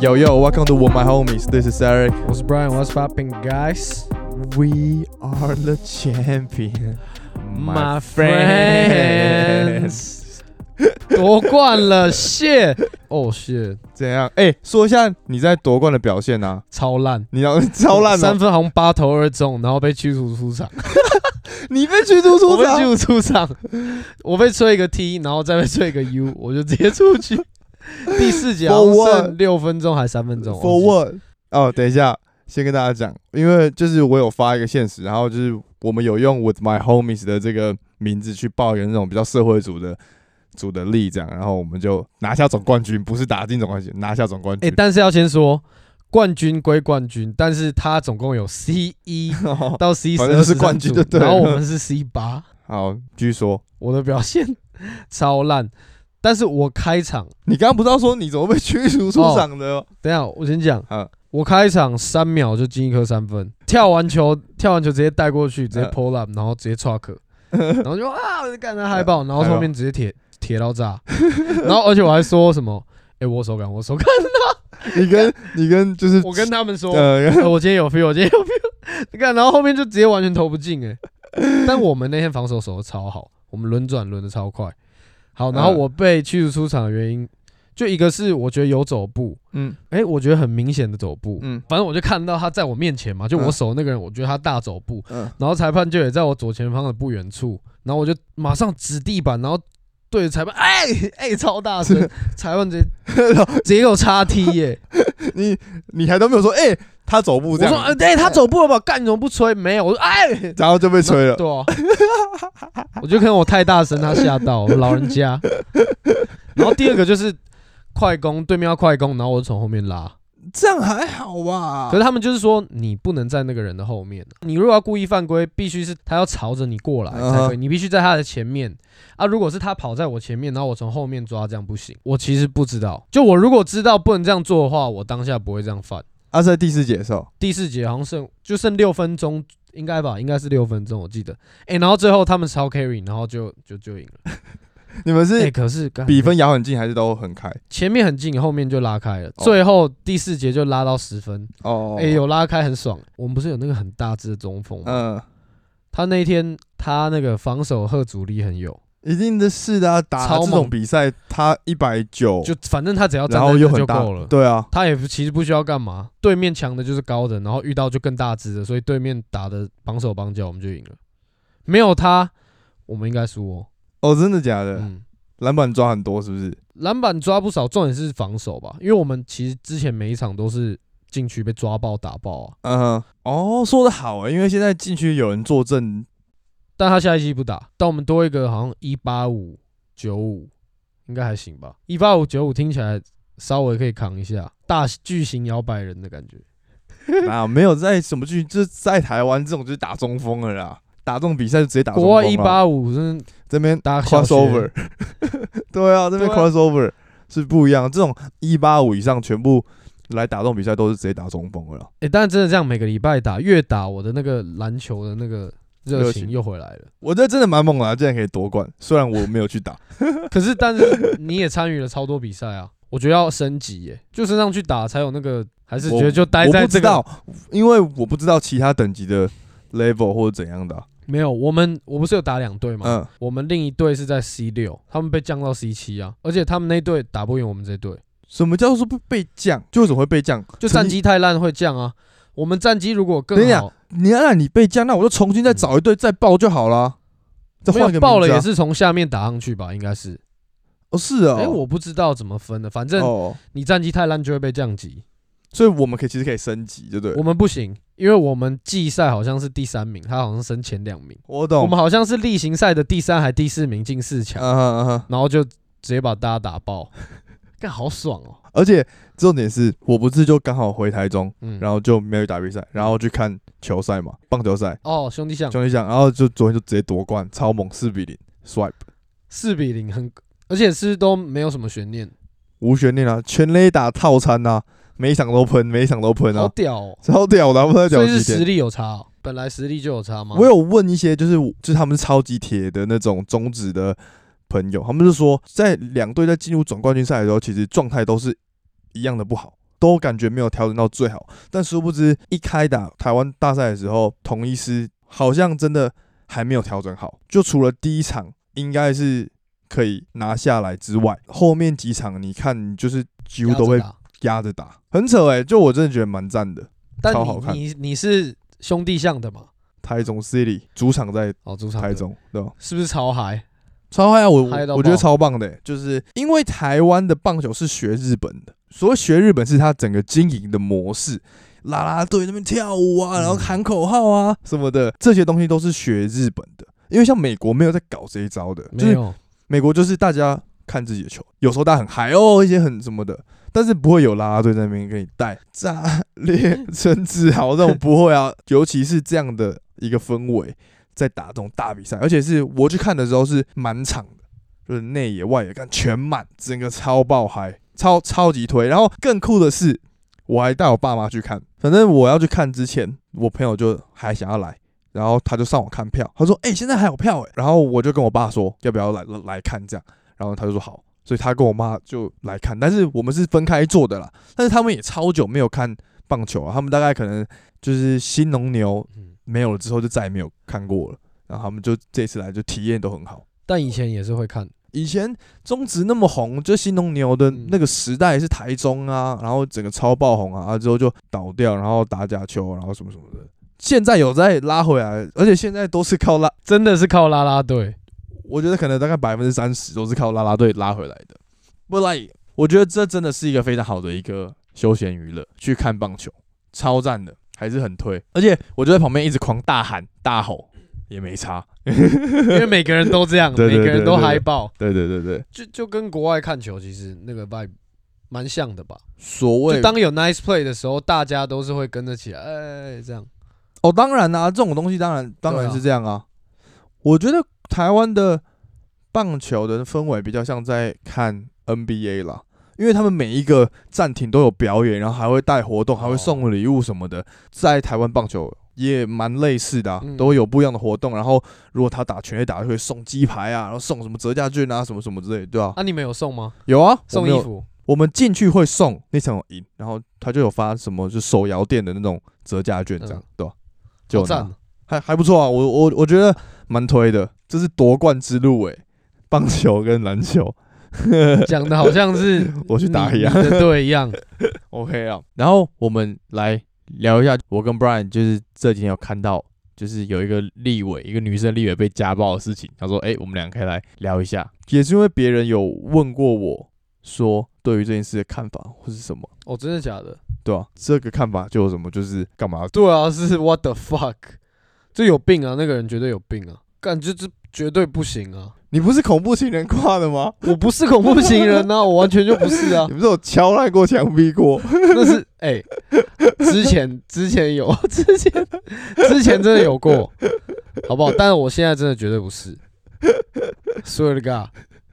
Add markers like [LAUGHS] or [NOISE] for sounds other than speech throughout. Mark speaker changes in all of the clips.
Speaker 1: Yo yo, welcome to What My Homies. This is Eric.
Speaker 2: What's Brian? What's popping, guys?
Speaker 1: We are the champion,
Speaker 2: My friends [LAUGHS] 夺冠了，谢哦谢，
Speaker 1: 怎样？哎、说一下你在夺冠的表现啊！
Speaker 2: 超烂，
Speaker 1: 你要超烂哦的、
Speaker 2: 三分红八投二中，然后被驱逐出场，
Speaker 1: 你被驱逐
Speaker 2: 我
Speaker 1: [LAUGHS] 出
Speaker 2: 被驱
Speaker 1: 场，
Speaker 2: 逐出场，我被吹一个 T，然后再被吹一个
Speaker 1: [LAUGHS]
Speaker 2: U，我就直接出去。第四节好
Speaker 1: For
Speaker 2: 像
Speaker 1: what？
Speaker 2: 剩六分钟还三分钟
Speaker 1: For what？哦，等一下，先跟大家讲，因为就是我有发一个现实，然后就是我们有用 With My Homies 的这个名字去报一个那种比较社会组的组的力，这样，然后我们就拿下总冠军，不是打进总冠军，拿下总冠
Speaker 2: 哎、
Speaker 1: 军。
Speaker 2: 但是要先说，冠军归冠军，但是他总共有 C 一
Speaker 1: [LAUGHS] 哦
Speaker 2: 到 C 十
Speaker 1: 反正
Speaker 2: 二
Speaker 1: 就是冠军就对了
Speaker 2: 然后我们是 C 八。
Speaker 1: 好，继续说。
Speaker 2: 我的表现 [LAUGHS] 超烂，但是我开场，
Speaker 1: 你刚刚不知道说你怎么被驱逐出场的、哦？
Speaker 2: 等一下我先讲
Speaker 1: 嗯，
Speaker 2: 我开场三秒就进一颗三分，跳完球跳完球直接带过去，直接
Speaker 1: 嗯
Speaker 2: pull up，然后直接
Speaker 1: [LAUGHS]
Speaker 2: truck，然后就啊，我就干他嗨爆，然后
Speaker 1: 嗯嗨爆
Speaker 2: 后面直接铁铁到炸， [LAUGHS] 然后而且我还说什么，哎，我手感，我手感，
Speaker 1: 你 [LAUGHS] 跟你跟就是
Speaker 2: 我跟他们
Speaker 1: [LAUGHS]
Speaker 2: 说，
Speaker 1: 呃，
Speaker 2: 哎我今天有 feel，我今天有 feel，你看，然后后面就直接完全投不
Speaker 1: [LAUGHS]
Speaker 2: 进哎、但我们那天防守守的超好，我们轮转轮的超快。好，然后
Speaker 1: 嗯
Speaker 2: 我被驱逐出场的原因，就一个是我觉得有走步，
Speaker 1: [LAUGHS] 嗯
Speaker 2: 哎、我觉得很明显的走步，
Speaker 1: 嗯
Speaker 2: 反正我就看到他在我面前嘛，就我
Speaker 1: 嗯
Speaker 2: 守的那个人，我觉得他大走步，
Speaker 1: 嗯，
Speaker 2: 然后裁判就也在我左前方的不远处，然后我就马上指地板，然后对着裁判，哎、哎、超大声，
Speaker 1: [LAUGHS]
Speaker 2: 裁判直接直接给我插踢耶、
Speaker 1: 你你还都没有说，哎、他走步这
Speaker 2: 我
Speaker 1: 样，
Speaker 2: 说，呃，哎、他走步了吧？干，你怎么不吹？没有，我说，哎，
Speaker 1: 然后就被 [LAUGHS] 吹了。
Speaker 2: 对啊， [LAUGHS] 我就可能我太大声，他吓到老
Speaker 1: [LAUGHS]
Speaker 2: 人家。然后第二个就是快攻，对面要快攻，然后我就从后面拉。
Speaker 1: 这样还好吧
Speaker 2: 可是他们就是说，你不能在那个人的后面。你如果要故意犯规，必须是他要朝着你过来才
Speaker 1: 嗯
Speaker 2: 可以，
Speaker 1: 哼
Speaker 2: 你必须在他的前面啊。如果是他跑在我前面，然后我从后面抓，这样不行。我其实不知道，就我如果知道不能这样做的话，我当下不会这样犯。
Speaker 1: 啊，在第四节的时候，
Speaker 2: 第四节好像剩就剩六分钟，应该吧，应该是六分钟，我记得。哎、然后最后他们超 carry，然后就就就赢了。
Speaker 1: 你们
Speaker 2: 哎、
Speaker 1: 是
Speaker 2: 可是干
Speaker 1: 比分咬很近还是都很开？
Speaker 2: 前面很近，后面就拉开了，
Speaker 1: 哦
Speaker 2: 最后第四节就拉到十分。
Speaker 1: 哦，
Speaker 2: 哎、，有拉开很爽。我们不是有那个很大只的中锋吗？
Speaker 1: 嗯，
Speaker 2: 他那天他那个防守贺阻力很有，
Speaker 1: 一定的是的、啊，打
Speaker 2: 超
Speaker 1: 这
Speaker 2: 猛
Speaker 1: 种比赛，他一百九，
Speaker 2: 就反正他只要站
Speaker 1: 然
Speaker 2: 在
Speaker 1: 后
Speaker 2: 那
Speaker 1: 又
Speaker 2: 就
Speaker 1: 很大
Speaker 2: 够了，。
Speaker 1: 对啊，
Speaker 2: 他也不其实不需要干嘛，对面强的就是高的，然后遇到就更大只的，所以对面打的绑手绑脚，我们就赢了。没有他，我们应该输哦。
Speaker 1: 哦，真的假的？
Speaker 2: 嗯，
Speaker 1: 篮板抓很多是不是？
Speaker 2: 篮板抓不少，重点是防守吧，因为我们其实之前每一场都是禁区被抓爆打爆啊，
Speaker 1: 嗯哼，哦，说的好、欸，因为现在禁区有人坐镇，
Speaker 2: 但他下一季不打，但我们多一个好像一八五九五，应该还行吧，一八五九五听起来稍微可以扛一下，大巨型摇摆人的感觉。
Speaker 1: 啊， [LAUGHS] 没有在什么剧，就是在台湾这种就是打中锋了啦，打这种比赛就直接打中
Speaker 2: 国
Speaker 1: 锋啊
Speaker 2: 外
Speaker 1: 了
Speaker 2: 一八五真的
Speaker 1: 这边
Speaker 2: 打小学
Speaker 1: crossover，对啊，这边
Speaker 2: 对啊
Speaker 1: crossover 是不一样，这种一八五以上全部来打这种比赛都是直接打中锋了啦。
Speaker 2: 哎、欸，但真的这样每个礼拜打，越打我的那个篮球的那个热
Speaker 1: 热
Speaker 2: 情
Speaker 1: 情
Speaker 2: 又回来了。
Speaker 1: 我觉得真的蛮猛的、啊，竟然可以夺冠，虽然我没有去打，
Speaker 2: 可是，但是你也参与了超多比赛啊，我觉得要升级耶、就升上去打才有那个，还是觉得就 [LAUGHS] 待
Speaker 1: 我
Speaker 2: 在
Speaker 1: 不
Speaker 2: 这
Speaker 1: 知
Speaker 2: 个
Speaker 1: 道，因为我不知道其他等级的 level 或者怎样的啊、
Speaker 2: 没有。我们我不是有打两队吗？
Speaker 1: 嗯，
Speaker 2: 我们另一队是在 C 六，他们被降到 C 七啊，而且他们那队打不赢我们这队，
Speaker 1: 什么叫做不被降？就为什么会被降？
Speaker 2: 就
Speaker 1: 成
Speaker 2: 战
Speaker 1: 绩
Speaker 2: 绩太烂会降啊。我们战绩如果更
Speaker 1: 等一下
Speaker 2: 好，
Speaker 1: 你要让你被降，那我就重新再找一队再报就好啦。再
Speaker 2: 没
Speaker 1: 换一个
Speaker 2: 有爆
Speaker 1: 名
Speaker 2: 了
Speaker 1: 字啊
Speaker 2: 也是从下面打上去吧，应该是。
Speaker 1: 哦，是哦，
Speaker 2: 哎、我不知道怎么分的，反正
Speaker 1: 哦，
Speaker 2: 你战绩太烂就会被降级。
Speaker 1: 所以我们可以其实可以升级，对不对
Speaker 2: 我？们不行，因为我们季赛好像是第三名，他好像升前两名，
Speaker 1: 我
Speaker 2: 我
Speaker 1: 懂，
Speaker 2: 们好像是例行赛的第三还第四名进四强，
Speaker 1: 嗯哼嗯哼，
Speaker 2: 然后就直接把大家打爆， [LAUGHS] 干好爽哦。
Speaker 1: 而且重点是我不是就刚好回台中，
Speaker 2: 嗯，
Speaker 1: 然后就没有打比赛，然后去看球赛嘛，棒球赛，
Speaker 2: 哦，兄弟象
Speaker 1: 兄弟想，然后就昨天就直接夺冠，超猛，四比零，swipe，
Speaker 2: 四比零很，而且是都没有什么悬念，
Speaker 1: 无悬念啊，全垒打套餐呐、啊，每一场都喷，每一场都喷
Speaker 2: 好
Speaker 1: 啊，
Speaker 2: 屌哦！
Speaker 1: 超屌的，不知道
Speaker 2: 所
Speaker 1: 屌
Speaker 2: 以是
Speaker 1: 几
Speaker 2: 实
Speaker 1: 点。
Speaker 2: 力有差哦，本来实力就有差吗？
Speaker 1: 我有问一些，就是就是他们是超级铁的那种中指的朋友，他们是说，在两队在进入总冠军赛的时候，其实状态都是一样的不好，都感觉没有调整到最好。但殊不知，一开打台湾大赛的时候，同一师好像真的还没有调整好，就除了第一场应该是可以拿下来之外，后面几场你看，你就是几乎都
Speaker 2: 压
Speaker 1: 会
Speaker 2: 着打
Speaker 1: 压着打，很扯诶、就我真的觉得蛮赞的。
Speaker 2: 但
Speaker 1: 超好看
Speaker 2: 你你你是兄弟象的嘛？
Speaker 1: 台中 City 主场在
Speaker 2: 哦，主场
Speaker 1: 台
Speaker 2: 的
Speaker 1: 中，对吧？
Speaker 2: 是不是超嗨？
Speaker 1: 超嗨啊！我
Speaker 2: 嗨到
Speaker 1: 我觉得
Speaker 2: 爆
Speaker 1: 超棒的欸、就是因为台湾的棒球是学日本的，所谓学日本是它整个经营的模式，啦啦队那边跳舞啊，
Speaker 2: 嗯
Speaker 1: 然后喊口号啊什么的，这些东西都是学日本的。因为像美国没有在搞这一招的，就
Speaker 2: 没
Speaker 1: 是
Speaker 2: 有，
Speaker 1: 美国就是大家看自己的球，有时候大家很嗨哦，一些很什么的，但是不会有啦啦队在那边给你带炸裂甚至好这种不会啊，尤其是这样的一个氛围在打这种大比赛，而且是我去看的时候是满场的，就是内野外野干全满，整个超爆嗨，超超级推。然后更酷的是，我还带我爸妈去看，反正我要去看之前，我朋友就还想要来。然后他就上网看票，他说：“哎、现在还有票哎、然后我就跟我爸说：“要不要来来来看这样？”然后他就说：“好。”所以他跟我妈就来看，但是我们是分开坐的啦。但是他们也超久没有看棒球啊，他们大概可能就是新农牛
Speaker 2: 嗯，
Speaker 1: 没有了之后就再也没有看过了。然后他们就这次来就体验都很好。
Speaker 2: 但以前也是会看，
Speaker 1: 以前中职那么红，就新农牛的
Speaker 2: 嗯
Speaker 1: 那个时代是台中啊，然后整个超爆红啊，啊之后就倒掉，然后打假球，然后什么什么的。现在有在拉回来，而且现在都是靠拉，
Speaker 2: 真的是靠啦啦队。
Speaker 1: [LAUGHS] 我觉得可能大概百分之三十都是靠拉拉队拉回来的。不来，我觉得这真的是一个非常好的一个休闲娱乐，去看棒球，超赞的，还是很推。而且我就在旁边一直狂大喊大吼，也没差。
Speaker 2: 因为每个人都这样，
Speaker 1: 对
Speaker 2: 每
Speaker 1: 对
Speaker 2: 个人都
Speaker 1: 对对
Speaker 2: 嗨爆，
Speaker 1: 对对对对，
Speaker 2: 就就跟国外看球其实那个 vibe 蛮像的吧。
Speaker 1: 所
Speaker 2: 就
Speaker 1: 谓
Speaker 2: 当有 nice play 的时候，大家都是会跟着起来，哎，这样。
Speaker 1: 哦，当然啦、这种东西当然当然是这样啊。我觉得台湾的棒球的氛围比较像在看 NBA 啦，因为他们每一个暂停都有表演，然后还会带活动，还会
Speaker 2: 哦
Speaker 1: 送礼物什么的。在台湾棒球也蛮类似的、啊，
Speaker 2: 嗯
Speaker 1: 都会有不一样的活动。然后如果他打全垒打，就会送鸡排啊，然后送什么折价券啊，什么什么之类的，对吧、
Speaker 2: 啊，你们有送吗？
Speaker 1: 有啊，我
Speaker 2: 送
Speaker 1: 们有
Speaker 2: 衣服？
Speaker 1: 我们进去会送那场有赢，然后他就有发什么就手摇店的那种折价券，这样、
Speaker 2: 嗯
Speaker 1: 对吧、就
Speaker 2: 好
Speaker 1: 有拿
Speaker 2: 赞，哦
Speaker 1: 还还不错啊，我我我觉得蛮推的，这是夺冠之路诶、棒球跟篮 [LAUGHS] 球
Speaker 2: 讲的好像是
Speaker 1: 我去打一样
Speaker 2: 你你的队一样。
Speaker 1: [LAUGHS] ，OK 啊。然后我们来聊一下，我跟 Brian 就是这几天有看到，就是有一个立委，一个女生立委被家暴的事情，他说，哎、我们俩可以来聊一下，也是因为别人有问过我说对于这件事的看法或是什么。
Speaker 2: 哦，真的假的？
Speaker 1: 对啊，这个看法就有什么就是干嘛
Speaker 2: 对啊，是 what the fuck？这有病啊！那个人绝对有病啊！感觉这绝对不行啊！
Speaker 1: 你不是恐怖情人挂的吗？
Speaker 2: 我不是恐怖情人啊，我 [LAUGHS] 完全就不是啊
Speaker 1: 你！不是有敲烂过墙壁过？
Speaker 2: 那是哎、之前之前有， [LAUGHS] 之前之前真的有过，好不好？但是我现在真的绝对不是，所以的嘎，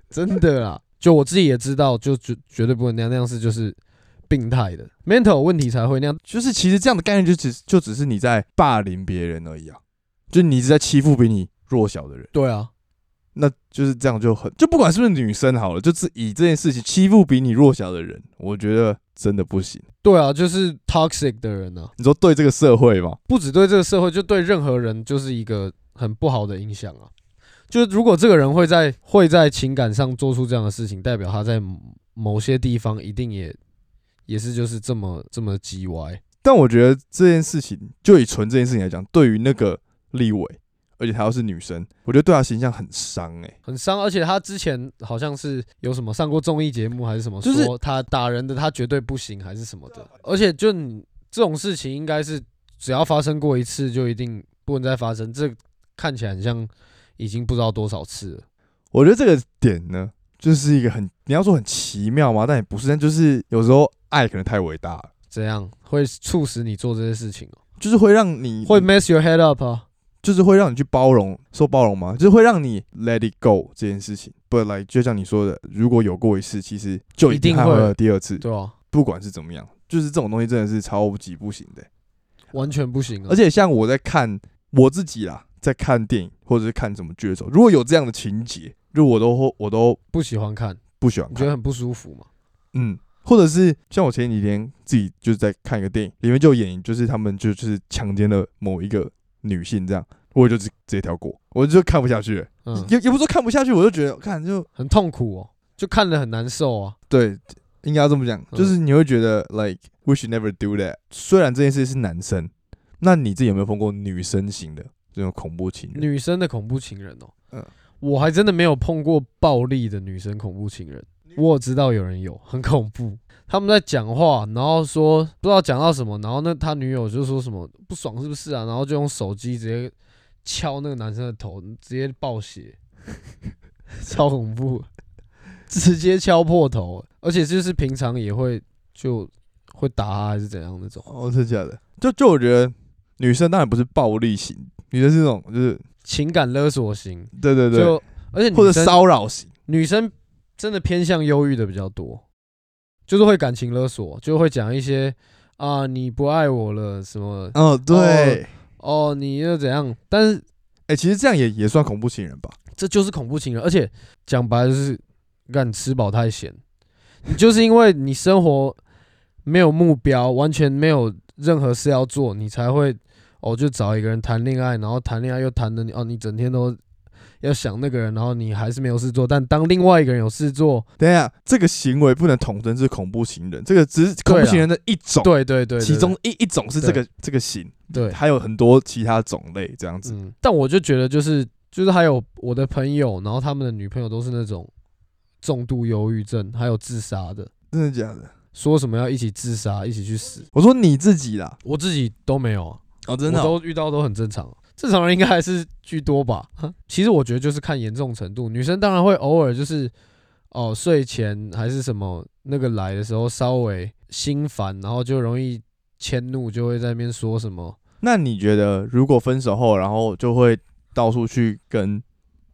Speaker 2: 真的啦，就我自己也知道，就绝绝对不能那样，那样是就是病态的，mental 有问题才会那样。
Speaker 1: 就是其实这样的概念就只就只是你在霸凌别人而已啊，就你是在欺负比你弱小的人，
Speaker 2: 对啊，
Speaker 1: 那就是这样就很就不管是不是女生好了，就是以这件事情欺负比你弱小的人，我觉得真的不行。
Speaker 2: 对啊，就是 toxic 的人啊，
Speaker 1: 你说对这个社会吗？
Speaker 2: 不只对这个社会，就对任何人就是一个很不好的影响啊。就是如果这个人会在会在情感上做出这样的事情，代表他在某某些地方一定也也是就是这么这么叽歪。
Speaker 1: 但我觉得这件事情，就以纯这件事情来讲，对于那个立委，而且她又是女生，我觉得对她形象很伤欸诶、
Speaker 2: 很伤，而且他之前好像是有什么上过综艺节目还是什么，
Speaker 1: 就是
Speaker 2: 说他打人的他绝对不行还是什么的。而且就你这种事情，应该是只要发生过一次，就一定不能再发生。这看起来很像已经不知道多少次了。
Speaker 1: 我觉得这个点呢，就是一个很你要说很奇妙嘛，但也不是，但就是有时候爱可能太伟大了，
Speaker 2: 怎样会促使你做这些事情哦、
Speaker 1: 就是会让你
Speaker 2: 会 mess your head up 啊？
Speaker 1: 就是会让你去包容，说包容嘛，就是会让你 let it go 这件事情。不，like 就像你说的，如果有过一次，其实就
Speaker 2: 一定
Speaker 1: 还
Speaker 2: 会
Speaker 1: 会有第二次，
Speaker 2: 对啊，
Speaker 1: 不管是怎么样，就是这种东西真的是超级不行的、
Speaker 2: 完全不行啊！
Speaker 1: 而且像我在看我自己啦，在看电影或者是看什么剧的时候，如果有这样的情节，就我都会我都
Speaker 2: 不喜欢看，
Speaker 1: 不喜欢
Speaker 2: 你觉
Speaker 1: 看。
Speaker 2: 得很不舒服嘛？
Speaker 1: 嗯，或者是像我前几天自己就是在看一个电影，里面就有演就是他们就就是强奸了某一个女性这样，我就直直接跳过，我就看不下去了、
Speaker 2: 嗯，
Speaker 1: 也也不是说看不下去，我就觉得看就
Speaker 2: 很痛苦哦，就看得很难受啊。
Speaker 1: 对，应该要这么讲，
Speaker 2: 嗯
Speaker 1: 就是你会觉得 like we should never do that。虽然这件事是男生，那你自己有没有碰过女生型的这种恐怖情人？
Speaker 2: 女生的恐怖情人哦，
Speaker 1: 嗯
Speaker 2: 我还真的没有碰过暴力的女生恐怖情人，我知道有人有，很恐怖。他们在讲话，然后说不知道讲到什么，然后那他女友就说什么不爽是不是啊？然后就用手机直接敲那个男生的头，直接暴血， [LAUGHS] 超恐怖，直接敲破头，而且就是平常也会就会打他还是怎样那种，
Speaker 1: 哦，是假的。就就我觉得女生当然不是暴力型，女生是那种就是
Speaker 2: 情感勒索型，
Speaker 1: 对对对，
Speaker 2: 就而且女
Speaker 1: 或者
Speaker 2: 生
Speaker 1: 骚扰型。
Speaker 2: 女生真的偏向忧郁的比较多，就是会感情勒索，就会讲一些啊你不爱我了什么
Speaker 1: 哦，对，哎、
Speaker 2: 哦你又怎样，但是
Speaker 1: 其实这样也也算恐怖情人吧？
Speaker 2: 这就是恐怖情人，而且讲白了就是干吃饱太闲，你就是因为你生活没有目标，完全没有任何事要做，你才会哦就找一个人谈恋爱，然后谈恋爱又谈的你哦你整天都要想那个人，然后你还是没有事做，但当另外一个人有事做，
Speaker 1: 等一下，这个行为不能统称是恐怖情人，这个只是恐
Speaker 2: 对
Speaker 1: 怖
Speaker 2: 啦
Speaker 1: 情人的一种，
Speaker 2: 对对对对
Speaker 1: 其中一一种是这个这个型，
Speaker 2: 对。
Speaker 1: 还有很多其他种类这样子。
Speaker 2: 嗯，但我就觉得就是就是还有我的朋友，然后他们的女朋友都是那种重度忧郁症，还有自杀的，
Speaker 1: 真的假的？
Speaker 2: 说什么要一起自杀，一起去死，
Speaker 1: 我说你自己啦，
Speaker 2: 我自己都没有啊，
Speaker 1: 哦，
Speaker 2: 我
Speaker 1: 真
Speaker 2: 都遇到都很正常啊。正常人应该还是居多吧。 [LAUGHS] 其实我觉得就是看严重程度，女生当然会偶尔就是哦睡前还是什么那个来的时候稍微心烦，然后就容易迁怒，就会在那边说什么
Speaker 1: 那你觉得，如果分手后，然后就会到处去跟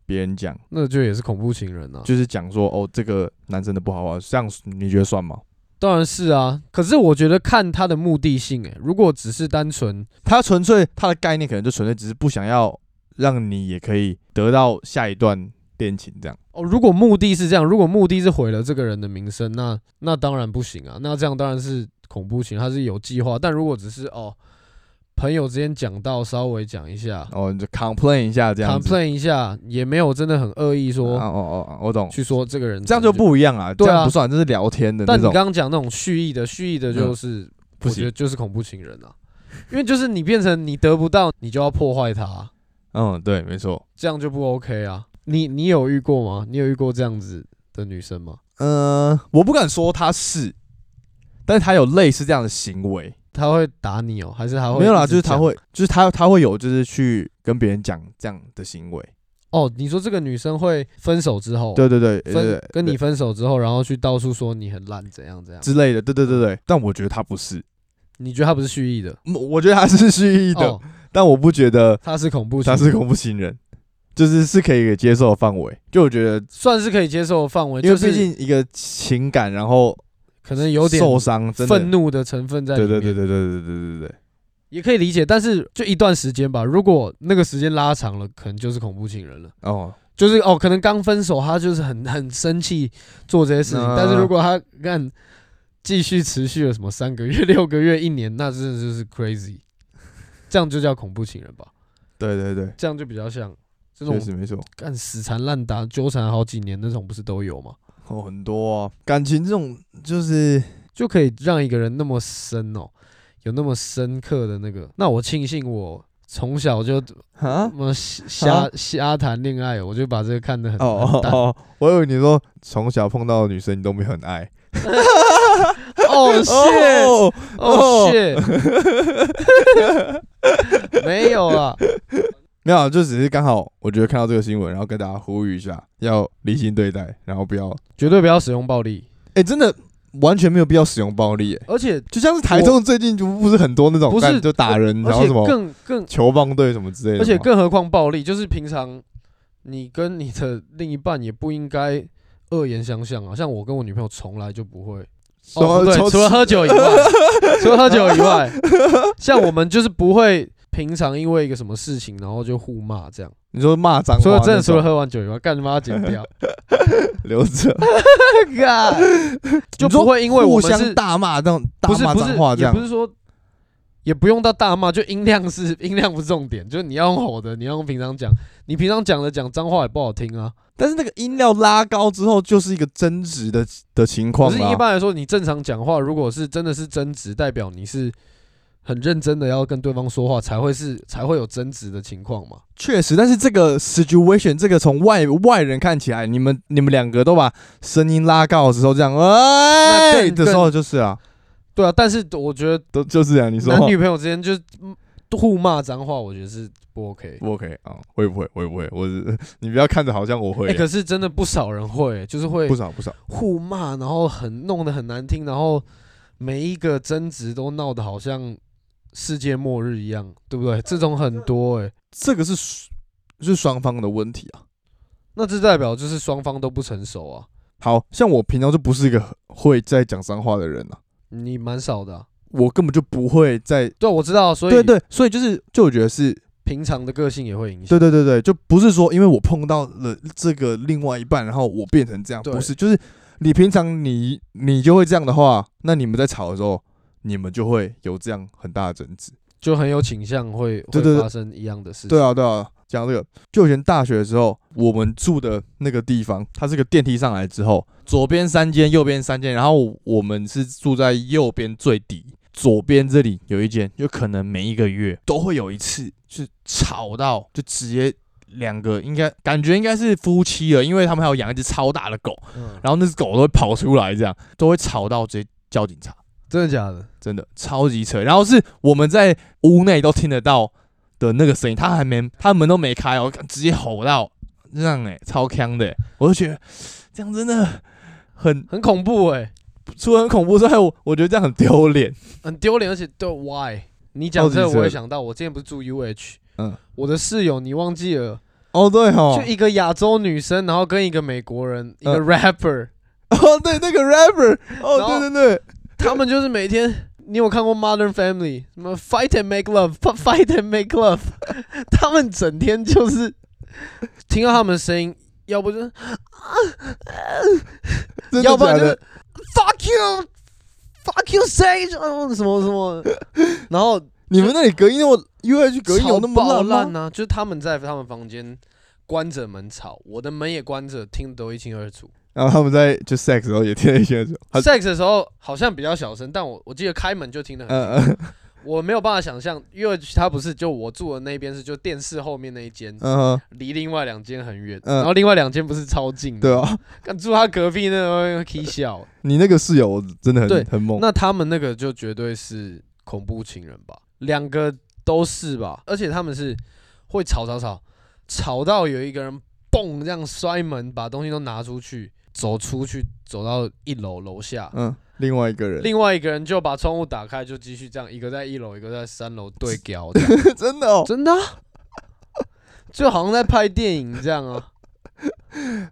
Speaker 1: 别人讲，
Speaker 2: 那就也是恐怖情人啊。
Speaker 1: 就是讲说，哦，这个男生的不好啊，这样你觉得算吗？
Speaker 2: 当然是啊，可是我觉得看他的目的性、欸，如果只是单纯，
Speaker 1: 他纯粹他的概念可能就纯粹只是不想要让你也可以得到下一段恋情这样。
Speaker 2: 哦，如果目的是这样，如果目的是毁了这个人的名声，那那当然不行啊，那这样当然是恐怖情，他是有计划，但如果只是哦，朋友之间讲到稍微讲一下
Speaker 1: 哦，你就 complain 一下这样子。
Speaker 2: ，complain 一下，也没有真的很恶意
Speaker 1: 哦
Speaker 2: 说、
Speaker 1: 哦哦，我懂，
Speaker 2: 去说这个人，
Speaker 1: 这样就，不一样啊，这
Speaker 2: 对啊
Speaker 1: 样不算，这是聊天的那
Speaker 2: 但你
Speaker 1: 种嗯
Speaker 2: 刚，刚讲那种蓄意的，蓄意的就是、
Speaker 1: 不
Speaker 2: 我觉得
Speaker 1: 行。
Speaker 2: 就是恐怖情人啊，因为就是你变成你得不到，你就要破坏他啊、
Speaker 1: 嗯，对，没错。
Speaker 2: 这样就不 OK 啊。你你有遇过吗？你有遇过这样子的女生吗？
Speaker 1: 嗯，我不敢说他是，但是他有类似这样的行为。
Speaker 2: 她会打你哦、还是她会
Speaker 1: 没有啦，
Speaker 2: 一直
Speaker 1: 就是他
Speaker 2: 讲
Speaker 1: 会，就是他他会有就是去跟别人讲这样的行为。
Speaker 2: 哦？你说这个女生会分手之后，
Speaker 1: 对对对，对对
Speaker 2: 分
Speaker 1: 对
Speaker 2: 跟你分手之后，然后去到处说你很烂，怎样怎样？
Speaker 1: 之类的，对对对对。但我觉得他不是，
Speaker 2: 你觉得她不是蓄意的？
Speaker 1: 嗯我觉得他是蓄意的
Speaker 2: 哦，，
Speaker 1: 但我不觉得
Speaker 2: 她是恐怖情
Speaker 1: 他
Speaker 2: 人，
Speaker 1: 是恐怖情人，就是是可以接受的范围。就我觉得，
Speaker 2: 算是可以接受的范围，
Speaker 1: 因为
Speaker 2: 就是
Speaker 1: 毕竟一个情感，然后
Speaker 2: 可能有点
Speaker 1: 受伤，真的
Speaker 2: 愤。怒的成分在里
Speaker 1: 对
Speaker 2: 面，
Speaker 1: 对对对对对对对对，
Speaker 2: 也可以理解。但是就一段时间吧，如果那个时间拉长了，可能就是恐怖情人了。
Speaker 1: 哦，
Speaker 2: 就是哦，可能刚分手，他就是很很生气做这些事情，
Speaker 1: 嗯
Speaker 2: 但是如果他干继续持续了什么三个月、 [LAUGHS] 六个月、一年，那真的就是 crazy，这样就叫恐怖情人吧？
Speaker 1: 对对对，
Speaker 2: 这样就比较像这
Speaker 1: 确
Speaker 2: 种
Speaker 1: 实没错。
Speaker 2: 干死缠烂打、纠缠好几年那种，不是都有吗？
Speaker 1: 哦，很多啊，感情这种就是
Speaker 2: 就可以让一个人那么深哦，有那么深刻的那个。那我庆幸我从小就
Speaker 1: 啊
Speaker 2: [LAUGHS] 那，么瞎瞎谈恋爱，我就把这个看得很
Speaker 1: 哦
Speaker 2: 很
Speaker 1: 哦
Speaker 2: 淡
Speaker 1: 哦，我以为你说从小碰到的女生你都没有很
Speaker 2: [LAUGHS]
Speaker 1: 爱。
Speaker 2: 哦，谢。
Speaker 1: 哦，
Speaker 2: 哦
Speaker 1: 哦，
Speaker 2: 谢， [LAUGHS] 没有啊，
Speaker 1: 没有，啊就只是刚好，我觉得看到这个新闻，然后跟大家呼吁一下，要理性对待，然后不要，
Speaker 2: 绝对不要使用暴力。
Speaker 1: 哎、真的完全没有必要使用暴力、诶
Speaker 2: 而且
Speaker 1: 就像是台中最近就不是很多那种，
Speaker 2: 不是
Speaker 1: 干就打人，
Speaker 2: 而
Speaker 1: 然后
Speaker 2: 且
Speaker 1: 什么
Speaker 2: 更更，
Speaker 1: 球棒队什么之类的吗，
Speaker 2: 而且更何况暴力，就是平常你跟你的另一半也不应该恶言相向啊。像我跟我女朋友从来就不会，哦，不对，除了喝酒以 [LAUGHS] 外，除了喝酒以外，像我们就是不会平常因为一个什么事情，然后就互骂这样。
Speaker 1: 你说骂脏话那
Speaker 2: 除
Speaker 1: 种，
Speaker 2: 了真的除了喝完酒以外，干他妈剪 [LAUGHS] 掉，
Speaker 1: 留着，
Speaker 2: [LAUGHS] 就不会因为我
Speaker 1: 互
Speaker 2: 们是
Speaker 1: 相大骂那种大
Speaker 2: 不是
Speaker 1: 骂
Speaker 2: 不
Speaker 1: 脏
Speaker 2: 是
Speaker 1: 话这
Speaker 2: 也
Speaker 1: 样
Speaker 2: 不，是说。也不用到大骂，就音量是 [LAUGHS] 音量不是重点，就是你要用吼的，你要用平常讲，你平常讲的讲脏话也不好听啊。
Speaker 1: 但是那个音量拉高之后，就是一个争执的的情
Speaker 2: 可
Speaker 1: 况
Speaker 2: 是
Speaker 1: 啦
Speaker 2: 一般来说，你正常讲话，如果是真的是争执，代表你是很认真的要跟对方说话，才会是才会有争执的情况嘛。
Speaker 1: 确实，但是这个 situation，这个从外外人看起来，你们你们两个都把声音拉高的时候，这样哎
Speaker 2: 更
Speaker 1: 的时候就是啊，
Speaker 2: 对啊，但是我觉得
Speaker 1: 都就是这样。你说
Speaker 2: 男女朋友之间就是嗯互骂脏话，我觉得是不 OK。
Speaker 1: 我 OK 啊？会不会？会不会？我是 [LAUGHS] 你不要看着好像我会啊
Speaker 2: 哎、可是真的不少人会，就是会
Speaker 1: 不少不少。
Speaker 2: 互骂，然后很弄得很难听，然后每一个争执都闹得好像世界末日一样，对不对？这种很多哎、
Speaker 1: 这个是双是双方的问题啊。
Speaker 2: 那这代表就是双方都不成熟啊。
Speaker 1: 好像我平常就不是一个会在讲脏话的人啊，
Speaker 2: 你蛮少的啊、
Speaker 1: 我根本就不会在。
Speaker 2: 对，啊我知道，所以
Speaker 1: 对对，所以就是就我觉得是
Speaker 2: 平常的个性也会影响。
Speaker 1: 对对对对，就不是说因为我碰到了这个另外一半，然后我变成这样，
Speaker 2: 对
Speaker 1: 不是，就是你平常你你就会这样的话，那你们在吵的时候，你们就会有这样很大的争执。
Speaker 2: 就很有倾向会
Speaker 1: 对对
Speaker 2: 会
Speaker 1: 对
Speaker 2: 发生一样的事情。
Speaker 1: 对啊，对啊，讲这个，就以前大学的时候，我们住的那个地方，它是个电梯上来之后，左边三间，右边三间，然后我们是住在右边最底，左边这里有一间，就可能每一个月都会有一次，是吵到就直接。两个应该感觉应该是夫妻了，因为他们还有养一只超大的狗，
Speaker 2: 嗯，
Speaker 1: 然后那只狗都会跑出来，这样都会吵到直接叫警察。
Speaker 2: 真的假的？
Speaker 1: 真的超级扯。然后是我们在屋内都听得到的那个声音，他还没他门都没开哦，直接吼到这样哎、超强的欸、我就觉得这样真的很
Speaker 2: 很恐怖哎、
Speaker 1: 除了很恐怖之外，我我觉得这样很丢脸。
Speaker 2: 很丢脸，而且对 why？你讲这个
Speaker 1: 超级扯
Speaker 2: 我也想到，我之前不是住 UH，
Speaker 1: 嗯
Speaker 2: 我的室友你忘记了，
Speaker 1: 哦，对哦嗯
Speaker 2: 就一个亚洲女生，然后跟一个美国人，一个 rapper，
Speaker 1: 哦对，那个 rapper，
Speaker 2: 然后
Speaker 1: 哦对对对，
Speaker 2: 他们就是每天。你有看过《Modern Family》什么 “Fight and Make [LAUGHS] Love”，“Fight and Make Love”，他 [LAUGHS] 们整天就是听到他们的声音，要不就是
Speaker 1: 真的
Speaker 2: 要不然
Speaker 1: 假
Speaker 2: 就
Speaker 1: 的
Speaker 2: 是 fuck you fuck you sage 嗯什么什
Speaker 1: [LAUGHS]
Speaker 2: 么，然后
Speaker 1: 你们那里隔音那么 UH 隔音有那
Speaker 2: 超爆
Speaker 1: 么
Speaker 2: 烂啊
Speaker 1: 烂吗？
Speaker 2: 呢、就是他们在他们房间关着门吵，我的门也关着，听得都一清二楚。
Speaker 1: 然后他们在就 sex 的时候也听了一些这种，他
Speaker 2: sex 的时候好像比较小声，但我我记得开门就听得很。
Speaker 1: 嗯嗯
Speaker 2: 我没有办法想象，因为他不是就我住的那边是就电视后面那一间，
Speaker 1: 嗯嗯，
Speaker 2: 离另外两间很远，
Speaker 1: 嗯
Speaker 2: 然后另外两间不是超近的。
Speaker 1: 对哦啊，
Speaker 2: 干住他隔壁那个 k 笑，
Speaker 1: 你那个室友真的
Speaker 2: 对
Speaker 1: 很很猛。
Speaker 2: 那他们那个就绝对是恐怖情人吧？两个都是吧？而且他们是会吵吵吵，吵到有一个人蹦这样摔门，把东西都拿出去，走出去，走到一楼楼下。
Speaker 1: 嗯，另外一个人，
Speaker 2: 另外一个人就把窗户打开，就继续这样，一个在一楼，一个在三楼对屌，这样
Speaker 1: [LAUGHS] 真的哦，
Speaker 2: 真的 [LAUGHS] 啊、就好像在拍电影这样啊，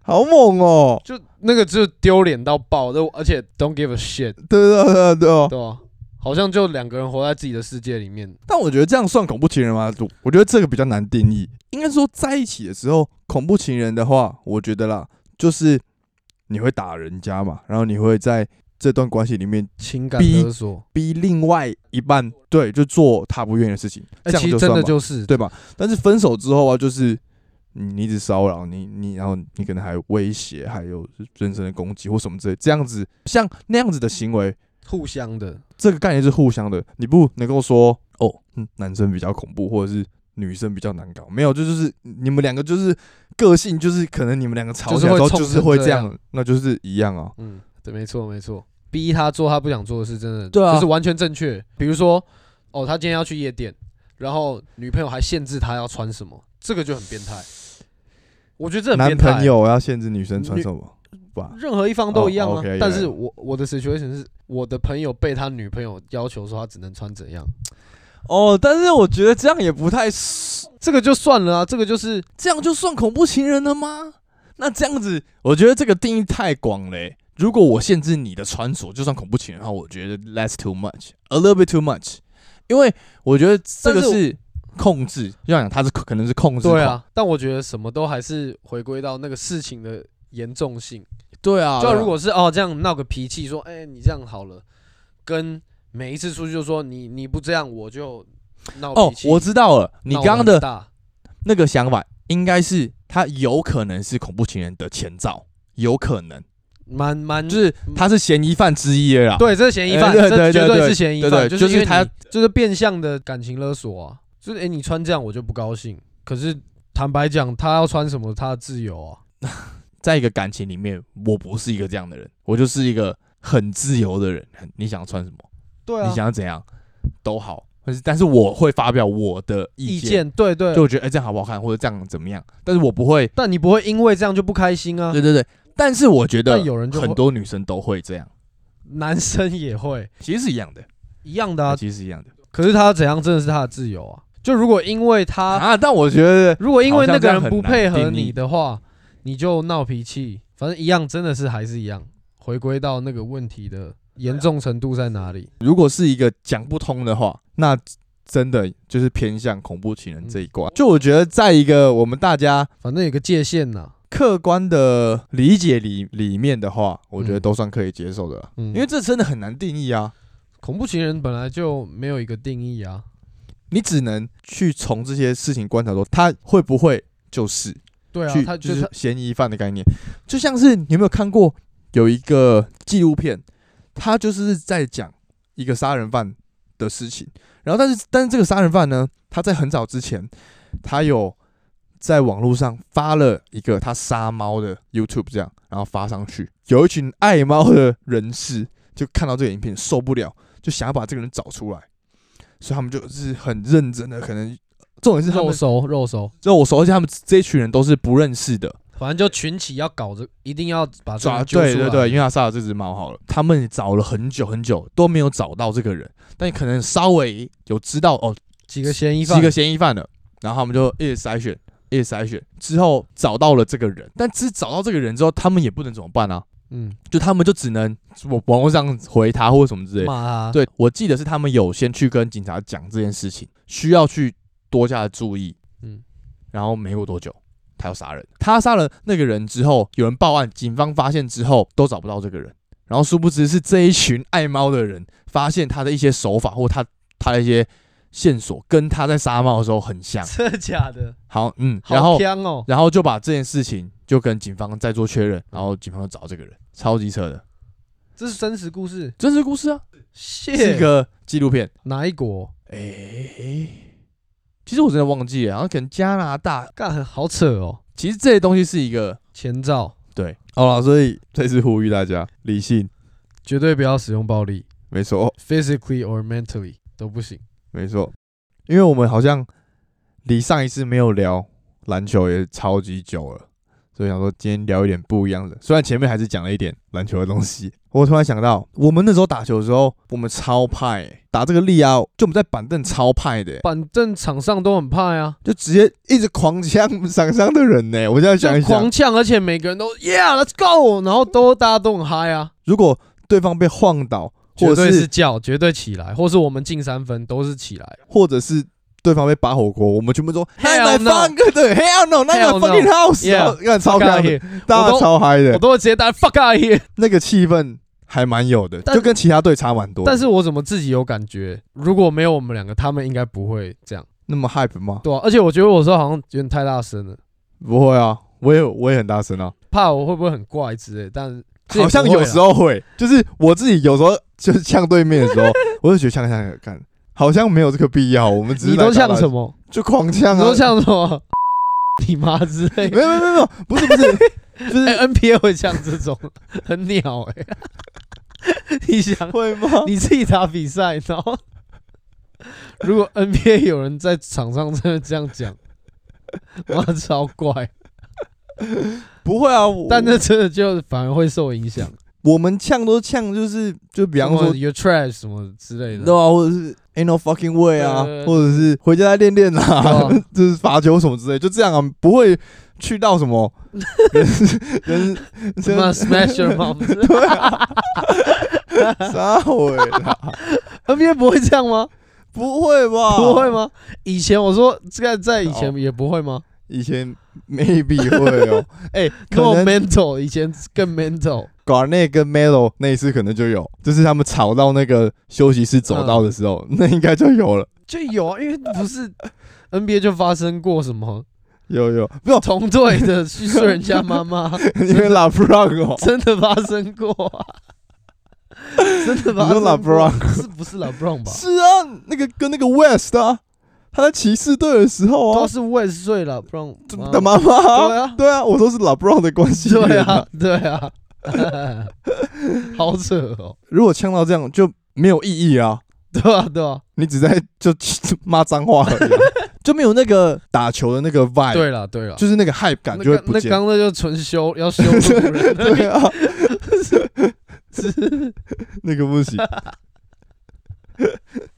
Speaker 1: 好猛哦！
Speaker 2: 就那个就丢脸到爆，就而且 don't give a shit，
Speaker 1: 对对对对对哦！
Speaker 2: 对吧、好像就两个人活在自己的世界里面，
Speaker 1: 但我觉得这样算恐怖情人吗？我我觉得这个比较难定义。应该说在一起的时候，恐怖情人的话，我觉得啦，就是你会打人家嘛，然后你会在这段关系里面
Speaker 2: 情感
Speaker 1: 逼
Speaker 2: 勒索。
Speaker 1: 逼另外一半，对，就做他不愿意的事情，这
Speaker 2: 哎、
Speaker 1: 样
Speaker 2: 其实
Speaker 1: 就
Speaker 2: 真
Speaker 1: 算
Speaker 2: 的
Speaker 1: 嘛，
Speaker 2: 就是，
Speaker 1: 对吧？但是分手之后啊，就是你你一直骚扰你你，然后你可能还威胁，还有人身的攻击或什么之类，这样子像那样子的行为，
Speaker 2: 互相的。
Speaker 1: 这个概念是互相的，你不能够说哦，嗯男生比较恐怖，或者是女生比较难搞，没有，这就是你们两个就是个性，就是可能你们两个吵起来之后
Speaker 2: 就是会冲
Speaker 1: 就是会
Speaker 2: 成
Speaker 1: 这
Speaker 2: 这样
Speaker 1: 样，那就是一样啊。
Speaker 2: 嗯，对，没错，没错。逼他做他不想做的事，真的，
Speaker 1: 对啊
Speaker 2: 就是完全正确。比如说，哦，他今天要去夜店，然后女朋友还限制他要穿什么，这个就很变态。我觉得这很
Speaker 1: 男
Speaker 2: 变态。
Speaker 1: 朋友要限制女生穿什么吧？
Speaker 2: 任何一方都一样啊
Speaker 1: 哦，OK，
Speaker 2: 但
Speaker 1: 原
Speaker 2: 是
Speaker 1: 来
Speaker 2: 我我的 situation 是，我的朋友被他女朋友要求说他只能穿怎样，
Speaker 1: 哦，但是我觉得这样也不太，
Speaker 2: 这个就算了啊，这个就是
Speaker 1: 这样就算恐怖情人了吗？那这样子，我觉得这个定义太广嘞、欸如果我限制你的穿着，就算恐怖情人的话，我觉得 that's too much，a little bit too much，因为我觉得这个
Speaker 2: 但是
Speaker 1: 是控制，要讲他是可能是控制，
Speaker 2: 对，啊，但我觉得什么都还是回归到那个事情的严重性。
Speaker 1: 对啊，
Speaker 2: 就如果是哦这样闹个脾气，说哎、你这样好了，跟每一次出去就说你你不这样我就闹
Speaker 1: 哦
Speaker 2: 脾，气。
Speaker 1: 我知道了，你
Speaker 2: 闹
Speaker 1: 刚刚
Speaker 2: 很
Speaker 1: 的
Speaker 2: 大
Speaker 1: 那个想法应该是他有可能是恐怖情人的前兆，有可能
Speaker 2: 蛮蛮
Speaker 1: 就是他是嫌疑犯之一了啦。
Speaker 2: [LAUGHS] 对，这是嫌疑犯，
Speaker 1: 哎对
Speaker 2: 这
Speaker 1: 对
Speaker 2: 绝
Speaker 1: 对对
Speaker 2: 是嫌疑
Speaker 1: 对
Speaker 2: 犯，
Speaker 1: 对
Speaker 2: 是
Speaker 1: 就是
Speaker 2: 因为
Speaker 1: 他
Speaker 2: 你就是变相的感情勒索啊，就是哎、你穿这样我就不高兴，可是坦白讲，他要穿什么他的自由啊，
Speaker 1: 在一个感情里面，我不是一个这样的人，我就是一个很自由的人。很你想穿什么，
Speaker 2: 对啊
Speaker 1: 你想要怎样都好，但是但是我会发表我的
Speaker 2: 意
Speaker 1: 意见，
Speaker 2: 见对对
Speaker 1: 就，我觉得哎、这样好不好看，或者这样怎么样，但是我不会。
Speaker 2: 但你不会因为这样就不开心啊
Speaker 1: 对，对对，但是我觉得
Speaker 2: 但有人就会
Speaker 1: 很多女生都会这样，
Speaker 2: 男生也会
Speaker 1: 其实是一样的，
Speaker 2: 一样的啊，
Speaker 1: 其实是一样的
Speaker 2: 可是他要怎样真的是他的自由啊，就如果因为他
Speaker 1: 啊。但我觉得
Speaker 2: 如果因为那
Speaker 1: 好像
Speaker 2: 个
Speaker 1: 这样
Speaker 2: 人
Speaker 1: 很
Speaker 2: 不配合
Speaker 1: 难定义
Speaker 2: 你的话，你就闹脾气，反正一样，真的是还是一样，回归到那个问题的严重程度在哪里。
Speaker 1: 如果是一个讲不通的话，那真的就是偏向恐怖情人这一挂。
Speaker 2: 嗯
Speaker 1: 就我觉得，在一个我们大家
Speaker 2: 反正有个界限呐、
Speaker 1: 客观的理解里里面的话，我觉得
Speaker 2: 嗯
Speaker 1: 都算可以接受的啦、
Speaker 2: 嗯
Speaker 1: 因为这真的很难定义啊。
Speaker 2: 恐怖情人本来就没有一个定义啊，
Speaker 1: 你只能去从这些事情观察说，他会不会就是
Speaker 2: 对啊
Speaker 1: 去、，
Speaker 2: 他
Speaker 1: 就
Speaker 2: 就是是
Speaker 1: 嫌疑犯的概念，就像是你有没有看过有一个纪录片，他就是在讲一个杀人犯的事情，然后但是但是这个杀人犯呢，他在很早之前，他有在网络上发了一个他杀猫的 YouTube 这样，然后发上去，有一群爱猫的人士就看到这个影片受不了，就想要把这个人找出来，所以他们就是很认真的，可能重点是他
Speaker 2: 肉
Speaker 1: 们
Speaker 2: 熟肉熟，
Speaker 1: 就我熟悉他们这一群人都是不认识的，
Speaker 2: 反正就群起要搞这，一定要把啊这
Speaker 1: 抓
Speaker 2: 个揪出来
Speaker 1: 对对对，因为他杀了这只猫好了，他们找了很久很久都没有找到这个人，但可能稍微有知道哦，
Speaker 2: 几个嫌疑
Speaker 1: 是
Speaker 2: 犯
Speaker 1: 一个嫌疑犯了，然后他们就一直筛选，一直筛选，之后找到了这个人，但只找到这个人之后，他们也不能怎么办啊？
Speaker 2: 嗯
Speaker 1: 就他们就只能网网络上回他或什么之类的。
Speaker 2: 骂他，
Speaker 1: 对，我记得是他们有先去跟警察讲这件事情，需要去多加的注意。
Speaker 2: 嗯
Speaker 1: 然后没过多久，他要杀人。他杀了那个人之后，有人报案，警方发现之后都找不到这个人。然后殊不知是这一群爱猫的人发现他的一些手法或他他的一些线索跟他在杀猫的时候很像。
Speaker 2: 真的假的？
Speaker 1: 好，嗯，然
Speaker 2: 好
Speaker 1: 后
Speaker 2: 香哦，
Speaker 1: 然后就把这件事情就跟警方再做确认，
Speaker 2: 嗯
Speaker 1: 然后警方就找这个人，超级扯的，
Speaker 2: 这是真实故事，
Speaker 1: 真实故事啊，是
Speaker 2: 谢
Speaker 1: 一个纪录片。
Speaker 2: 哪一国？
Speaker 1: 哎、其实我真的忘记了，好像可能加拿大。
Speaker 2: 干好扯哦，
Speaker 1: 其实这些东西是一个
Speaker 2: 前兆。
Speaker 1: 对，好了，所以这次呼吁大家理性，
Speaker 2: 绝对不要使用暴力
Speaker 1: 没错，
Speaker 2: ，physically or mentally 都不行。
Speaker 1: 没错，因为我们好像离上一次没有聊篮球也超级久了，所以想说今天聊一点不一样的。虽然前面还是讲了一点篮球的东西， [LAUGHS] 我突然想到，我们那时候打球的时候，我们超派、欸打这个力啊，就我们在板凳超派的欸、
Speaker 2: 板凳场上都很怕呀、
Speaker 1: 就直接一直狂呛场上的人呢、我现在
Speaker 2: 就
Speaker 1: 想一想
Speaker 2: 狂，呛，而且每个人都 Yeah, let's go，然后都大家都很嗨啊，
Speaker 1: 如果对方被晃倒，
Speaker 2: 绝
Speaker 1: 或
Speaker 2: 对
Speaker 1: 者
Speaker 2: 是
Speaker 1: 是
Speaker 2: 叫，绝对起来，或是我们进三分都是起来。
Speaker 1: 或者是对方被扒火锅，我们全部说 my
Speaker 2: Hell
Speaker 1: fuck，对，Hell no，not
Speaker 2: Hell
Speaker 1: your
Speaker 2: no
Speaker 1: fucking house，
Speaker 2: Yeah
Speaker 1: 然后干超
Speaker 2: Fuck
Speaker 1: 开
Speaker 2: out
Speaker 1: 心，
Speaker 2: here，
Speaker 1: 大
Speaker 2: 我
Speaker 1: 家
Speaker 2: 都
Speaker 1: 超嗨
Speaker 2: 我
Speaker 1: 的，
Speaker 2: 都会直接打 Fuck out here。
Speaker 1: 那个气氛还蛮有的，
Speaker 2: 但
Speaker 1: 就跟其他队差蛮多的。
Speaker 2: 但是我怎么自己有感觉？如果没有我们两个，他们应该不会这样，
Speaker 1: 那么 hype 吗？
Speaker 2: 对啊。而且我觉得我说好像有点太大声了，
Speaker 1: 不会啊，我也我也很大声啊，
Speaker 2: 怕我会不会很怪之类。但
Speaker 1: 好像有时
Speaker 2: 候
Speaker 1: 候会，就是我自己有时候就是呛对面的时候， [LAUGHS] 我就觉得呛呛呛干，好像没有这个必要，我们只是
Speaker 2: 你
Speaker 1: 来
Speaker 2: 都
Speaker 1: 打
Speaker 2: 像
Speaker 1: 篮
Speaker 2: 什么？
Speaker 1: 就狂呛
Speaker 2: 你
Speaker 1: 啊
Speaker 2: 都，像什么？你妈之类的
Speaker 1: 没有没有没有没有，不是不是，就是
Speaker 2: 哎、NBA 会像这种 [LAUGHS] 很鸟哎、 [LAUGHS] 你想
Speaker 1: 会
Speaker 2: [LAUGHS]
Speaker 1: 吗？
Speaker 2: 你自己打比赛，
Speaker 1: [LAUGHS]
Speaker 2: 然后如果 NBA 有人在场上真的这
Speaker 1: [LAUGHS]
Speaker 2: 样讲，哇，超怪！
Speaker 1: 不会啊，我
Speaker 2: 但那真的就反而会受影响。
Speaker 1: 我们呛都呛，就是就比
Speaker 2: 比
Speaker 1: 方说
Speaker 2: your trash 什么之类的，
Speaker 1: 对啊，或者是 ain't no fucking way 啊
Speaker 2: 对对对，
Speaker 1: 或者是回家再练练啦
Speaker 2: 对啊，
Speaker 1: [LAUGHS] 就是罚球什么之类，就这样啊，不会去到什
Speaker 2: [LAUGHS]
Speaker 1: 么人人
Speaker 2: 什么 smash
Speaker 1: [LAUGHS]
Speaker 2: your mom，
Speaker 1: 啊撒谎啦，
Speaker 2: NBA 不会这样吗？
Speaker 1: 不会吧？
Speaker 2: 不会？吗？以前我说这个在以前
Speaker 1: 哦
Speaker 2: 也不会吗？
Speaker 1: 以前 maybe 会
Speaker 2: [LAUGHS]
Speaker 1: 哦，哎，
Speaker 2: 跟
Speaker 1: 可
Speaker 2: 我
Speaker 1: 能
Speaker 2: mental 以前更 mental，
Speaker 1: Garnet 跟 Melo 那一次可能就有，就是他们吵到那个休息室走道的时
Speaker 2: 嗯
Speaker 1: 候，那应该就有了。
Speaker 2: 就有啊，因为不是 NBA 就发生过什么
Speaker 1: 有有，不用，
Speaker 2: 同队
Speaker 1: [LAUGHS]
Speaker 2: 的去睡人家妈妈，
Speaker 1: 因为 LeBron [LAUGHS] 哦，
Speaker 2: 真的发生过啊，
Speaker 1: [LAUGHS]
Speaker 2: 真的发
Speaker 1: 你说
Speaker 2: 生过
Speaker 1: LeBron
Speaker 2: 是 [LAUGHS] 不是 LeBron 吧？
Speaker 1: 是啊，那个跟那个 West 啊，他在骑士队的时候
Speaker 2: 都
Speaker 1: 啊，
Speaker 2: 是未睡了，LeBron 妈
Speaker 1: 的妈妈啊，
Speaker 2: 对啊
Speaker 1: 对啊，我都是 LeBron 的关系
Speaker 2: 对
Speaker 1: 人
Speaker 2: 啊，对
Speaker 1: [LAUGHS]
Speaker 2: 啊， [LAUGHS] 好扯哦，
Speaker 1: 如果呛到这样就没有意义啊，
Speaker 2: 对啊，对啊，
Speaker 1: 你只在 [LAUGHS] 就骂脏话而已啊、 [LAUGHS] 就没有那个打球的那个 vibe，
Speaker 2: 对了，对了。
Speaker 1: 就是那个 hype 哎感
Speaker 2: 那
Speaker 1: 就会
Speaker 2: 刚
Speaker 1: 不
Speaker 2: 那
Speaker 1: 见。
Speaker 2: 刚那就纯修，要修路
Speaker 1: [LAUGHS]
Speaker 2: 人
Speaker 1: 对啊，那个 [LAUGHS] 不行，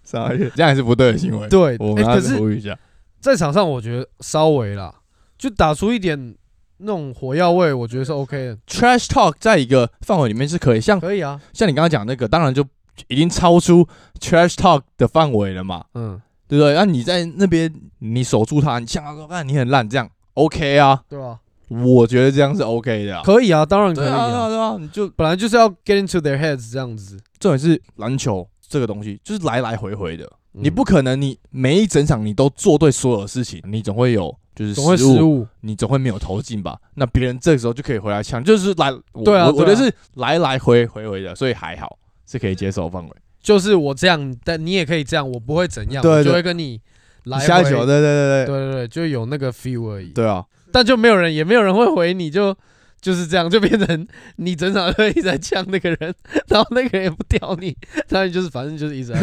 Speaker 1: 傻眼，这样也是不对的行为。
Speaker 2: 对，
Speaker 1: 我
Speaker 2: 哎
Speaker 1: 们要
Speaker 2: 可是
Speaker 1: 呼吁一下，
Speaker 2: 在场上，我觉得稍微啦，就打出一点那种火药味，我觉得是 OK 的，
Speaker 1: trash talk 在一个范围里面是可以，像
Speaker 2: 可以啊。
Speaker 1: 像你刚刚讲那个，当然就已经超出 trash talk 的范围了嘛，
Speaker 2: 嗯，
Speaker 1: 对不对？那你在那边你守住他，你像他说，看你很烂，这样 OK 啊？
Speaker 2: 对吧？
Speaker 1: 我觉得这样是 OK 的啊、
Speaker 2: 可以啊，当然可
Speaker 1: 对
Speaker 2: 以
Speaker 1: 啊，对啊，
Speaker 2: 啊。
Speaker 1: 对啊，你就
Speaker 2: 本来就是要 get into their heads 这样子，
Speaker 1: 重点是篮球这个东西就是来来回回的，
Speaker 2: 嗯
Speaker 1: 你不可能你每一整场你都做对所有的事情，你总会有就是
Speaker 2: 总会
Speaker 1: 失误
Speaker 2: 失误。
Speaker 1: 你总会没有投进吧？那别人这个时候就可以回来抢，就是来，我
Speaker 2: 对啊
Speaker 1: 我我觉
Speaker 2: 对啊
Speaker 1: 得是来来回回回的，所以还好是可以接受范围。
Speaker 2: 就是我这样，但你也可以这样，我不会怎样，
Speaker 1: 对
Speaker 2: 我就
Speaker 1: 对
Speaker 2: 会跟你来
Speaker 1: 下一
Speaker 2: 回
Speaker 1: 球，对对对
Speaker 2: 对
Speaker 1: 对
Speaker 2: 对对，就有那个 feel 而已。
Speaker 1: 对啊，
Speaker 2: 但就没有人，也没有人会回你，就就是这样，就变成你整场就一直在呛那个人，然后那个人也不屌你，然后你就是反正就是一直在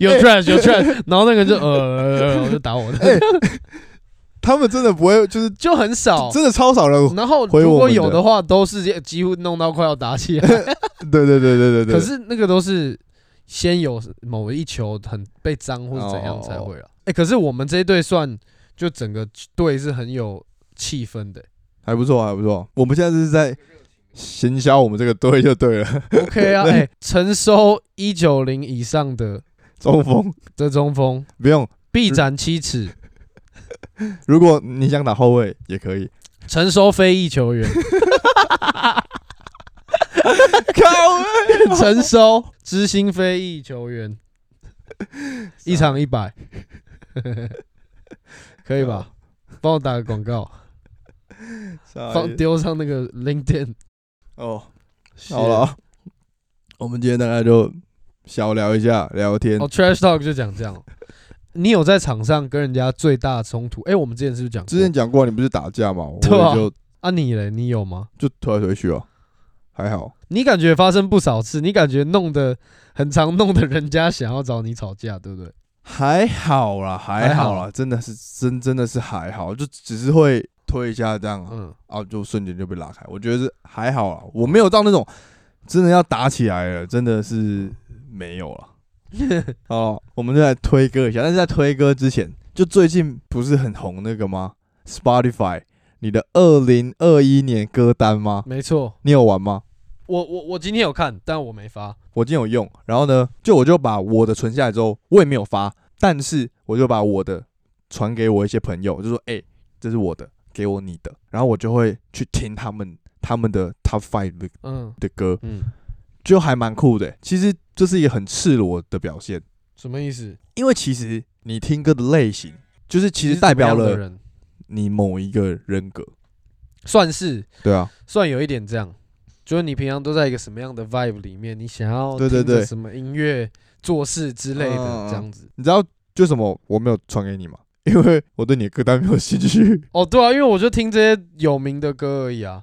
Speaker 2: 有
Speaker 1: [LAUGHS]
Speaker 2: trash 有 trash 有 trash，然后那个人就呃，我就
Speaker 1: [LAUGHS]
Speaker 2: 打我的，
Speaker 1: 他们真的不会，就是
Speaker 2: 就很少。
Speaker 1: 真的超少人。
Speaker 2: [LAUGHS] 然后
Speaker 1: 回
Speaker 2: 如
Speaker 1: 我
Speaker 2: 果
Speaker 1: 们的
Speaker 2: 有的话，都是几乎弄到快要打起来。
Speaker 1: 对对对对对对。
Speaker 2: 可是那个都是先有某一球很被脏或者怎样才
Speaker 1: 哦
Speaker 2: 会啊。哎，可是我们这一队算就整个队是很有气
Speaker 1: [LAUGHS]
Speaker 2: 氛的。
Speaker 1: 还不错，还不错。我们现在是在行销我们这个队就对了，
Speaker 2: OK 啊，哎，承收一九零以上的
Speaker 1: 中锋
Speaker 2: 的中锋。
Speaker 1: 不用。
Speaker 2: 臂展七尺，
Speaker 1: 如果你想打后卫也可 [LAUGHS] 以。
Speaker 2: 成熟非裔
Speaker 1: [LAUGHS]
Speaker 2: 球员，
Speaker 1: 靠，
Speaker 2: 成熟知心非裔球
Speaker 1: [LAUGHS]
Speaker 2: 员，一场一百， [LAUGHS]
Speaker 1: [LAUGHS]
Speaker 2: 可以
Speaker 1: 啊
Speaker 2: 吧？帮我打个广告，放丢上那个 LinkedIn。
Speaker 1: 哦，好了，啊，我们今天大概就小聊一下聊天
Speaker 2: 哦。，Trash Talk 就讲这样。你有在场上跟人家最大冲突？哎，我们之前是不是讲过？
Speaker 1: 之前讲过，你不是打架嘛？我
Speaker 2: 对啊
Speaker 1: 也就
Speaker 2: 啊，你嘞，你有吗？
Speaker 1: 就推来推去哦，还好。
Speaker 2: 你感觉发生不少次，你感觉弄得很常弄得人家想要找你吵架，对不对？
Speaker 1: 还好啦，还好
Speaker 2: 还
Speaker 1: 啦，真的是真真的是还好，就只是会推一下这样啊，
Speaker 2: 嗯，
Speaker 1: 啊就瞬间就被拉开。我觉得是还好啦，我没有到那种真的要打起来了，真的是没有了。 [LAUGHS] 好啦，我们就来推歌一下，但是在推歌之前，就最近不是很红那个吗？Spotify 你的二零二一年歌单吗？
Speaker 2: 没错。
Speaker 1: 你有玩吗？
Speaker 2: 我我我今天有看，但我没发。
Speaker 1: 我今天有用，然后呢，就我就把我的存下来之后，我也没有发，但是我就把我的传给我一些朋友，就说，哎、这是我的，给我你的，然后我就会去听他们他们的 Top Five 的
Speaker 2: 嗯
Speaker 1: 的歌，
Speaker 2: 嗯，
Speaker 1: 就还蛮酷的、其实这是一个很赤裸的表现，
Speaker 2: 什么意思？
Speaker 1: 因为其实你听歌的类型，就是其实代表
Speaker 2: 你是怎么样
Speaker 1: 了
Speaker 2: 的人，
Speaker 1: 你某一个人格，
Speaker 2: 算是
Speaker 1: 对啊，
Speaker 2: 算有一点这样，就是你平常都在一个什么样的 vibe 里面，你想要
Speaker 1: 对对
Speaker 2: 听着
Speaker 1: 对
Speaker 2: 什么音乐、做事之类的
Speaker 1: 嗯
Speaker 2: 这样子。
Speaker 1: 你知道就什么我没有传给你吗？因为我对你的歌单没有兴趣。
Speaker 2: 哦，对啊，因为我就听这些有名的歌而已啊，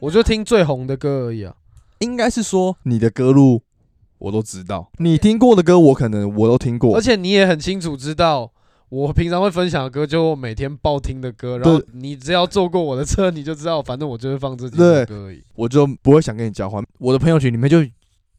Speaker 2: 我就听最红的歌而已啊。
Speaker 1: 应该是说你的歌路我都知道，你听过的歌我可能我都听过
Speaker 2: 而，且你也很清楚知道我平常会分享的歌，就我每天爆听的歌，然后你只要坐过我的车，你就知道，反正我就是放这几首
Speaker 1: 对
Speaker 2: 歌而已。
Speaker 1: 我就不会想跟你交换。我的朋友群里面就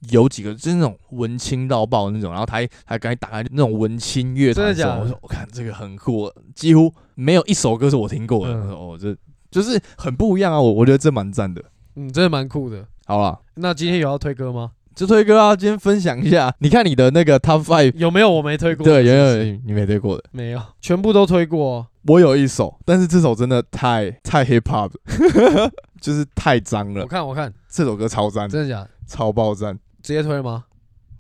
Speaker 1: 有几个就是那种文青到爆的那种，然后他还还赶紧打开那种文青乐团
Speaker 2: 真的假
Speaker 1: 什
Speaker 2: 的
Speaker 1: 么，我说我哦看这个很酷，几乎没有一首歌是我听过的。我
Speaker 2: 嗯
Speaker 1: 说哦，这就是很不一样啊，我我觉得这蛮赞的。
Speaker 2: 嗯，真的蛮酷的。
Speaker 1: 好啦，
Speaker 2: 那今天有要推歌吗？
Speaker 1: 就推歌啊，今天分享一下，你看你的那个 Top Five，
Speaker 2: 有没有我没推过？
Speaker 1: 对，有有有你没推过的。
Speaker 2: 没有，全部都推过哦。
Speaker 1: 我有一首，但是这首真的太太 hip hop，了 [LAUGHS] 就是太脏了
Speaker 2: 我。看，我看，
Speaker 1: 这首歌超赞，
Speaker 2: 真的假的？
Speaker 1: 超爆赞。
Speaker 2: 直接推吗？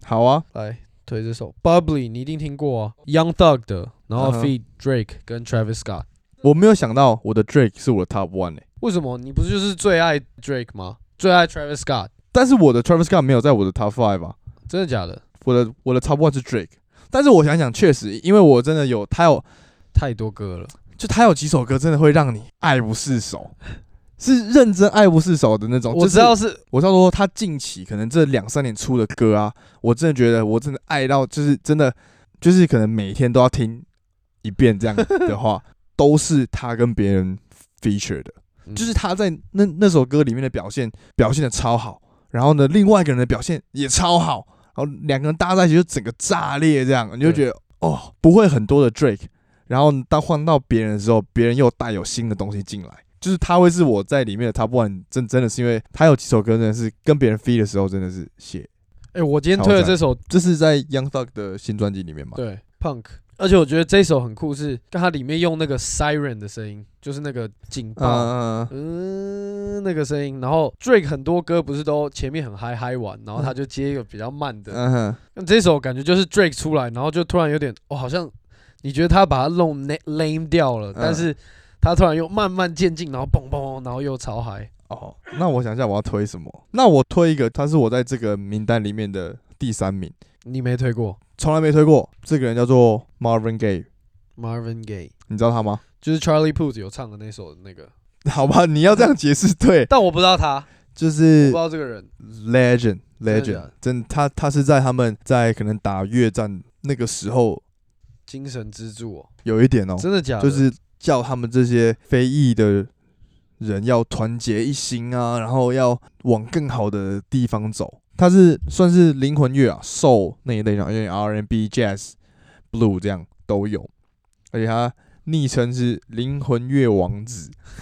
Speaker 1: 好啊，
Speaker 2: 来推这首《Bubbly》，你一定听过啊，Young Thug 的，然后
Speaker 1: 嗯哼
Speaker 2: feat Drake 跟 Travis Scott。
Speaker 1: 我没有想到我的 Drake 是我的 Top One 欸诶、
Speaker 2: 为什么你不是就是最爱 Drake 吗？最爱 Travis Scott？
Speaker 1: 但是我的 Travis Scott 没有在我的 Top Five 吧？
Speaker 2: 真的假的？
Speaker 1: 我的我的 Top One 是 Drake，但是我想想，确实，因为我真的有他有
Speaker 2: 太多歌了，
Speaker 1: 就他有几首歌真的会让你爱不释手，是认真爱不释手的那种。
Speaker 2: 我
Speaker 1: 就是
Speaker 2: 知道哦是
Speaker 1: 我知道说他近期可能这两三年出的歌啊，我真的觉得我真的爱到就是真的就是可能每天都要听一遍这样的话，都是他跟别人 feature 的，
Speaker 2: 嗯
Speaker 1: 就是他在那那首歌里面的表现表现的超好，然后呢另外一个人的表现也超好，然后两个人搭在一起就整个炸裂这样，你就觉得哦不会很多的 Drake，然后当换到别人的时候，别人又带有新的东西进来，就是他会是我在里面的 top one，真真的是因为他有几首歌真的是跟别人 f e e 的时候真的是写，
Speaker 2: 哎、我今天推的这首
Speaker 1: 这是在 Young Thug 的新专辑里面嘛？
Speaker 2: 对 Punk，而且我觉得这首很酷是，跟它里面用那个 siren 的声音，就是那个警
Speaker 1: 嗯，
Speaker 2: 报，
Speaker 1: 嗯嗯
Speaker 2: 嗯，那个声音。然后 Drake 很多歌不是都前面很嗨嗨完，然后他就接一个比较慢的，
Speaker 1: 嗯哼，
Speaker 2: 那这首感觉就是 Drake 出来，然后就突然有点，哦，好像你觉得他把它弄 na- lame 掉了，但是他突然又慢慢渐进，然后嘣嘣，嘣然后又超嗨。
Speaker 1: 哦，那我想一下我要推什么？那我推一个，他是我在这个名单里面的第三名，
Speaker 2: 你没推过
Speaker 1: 从来没推过。这个人叫做 Marvin Gaye，
Speaker 2: Marvin Gaye，
Speaker 1: 你知道他吗？ [LAUGHS]
Speaker 2: 就是 Charlie Puth 有唱的那首的那个，
Speaker 1: 好吧，你要这样解释，
Speaker 2: [LAUGHS]
Speaker 1: 对，
Speaker 2: 但我不知道他，
Speaker 1: 就
Speaker 2: 我不
Speaker 1: 是
Speaker 2: 知道这个人。
Speaker 1: Legend
Speaker 2: 真的假
Speaker 1: Legend，
Speaker 2: 的
Speaker 1: 真他他是在他们在可能打越战那个时候
Speaker 2: 精神支柱、哦，
Speaker 1: 有一点哦，
Speaker 2: 真的假的？
Speaker 1: 就是叫他们这些非裔的人要团结一心啊，然后要往更好的地方走。它是算是灵魂乐啊，soul 那一类的，有点 R&B、jazz、blue 这样都有，而且他昵称是灵魂乐王子。 [LAUGHS]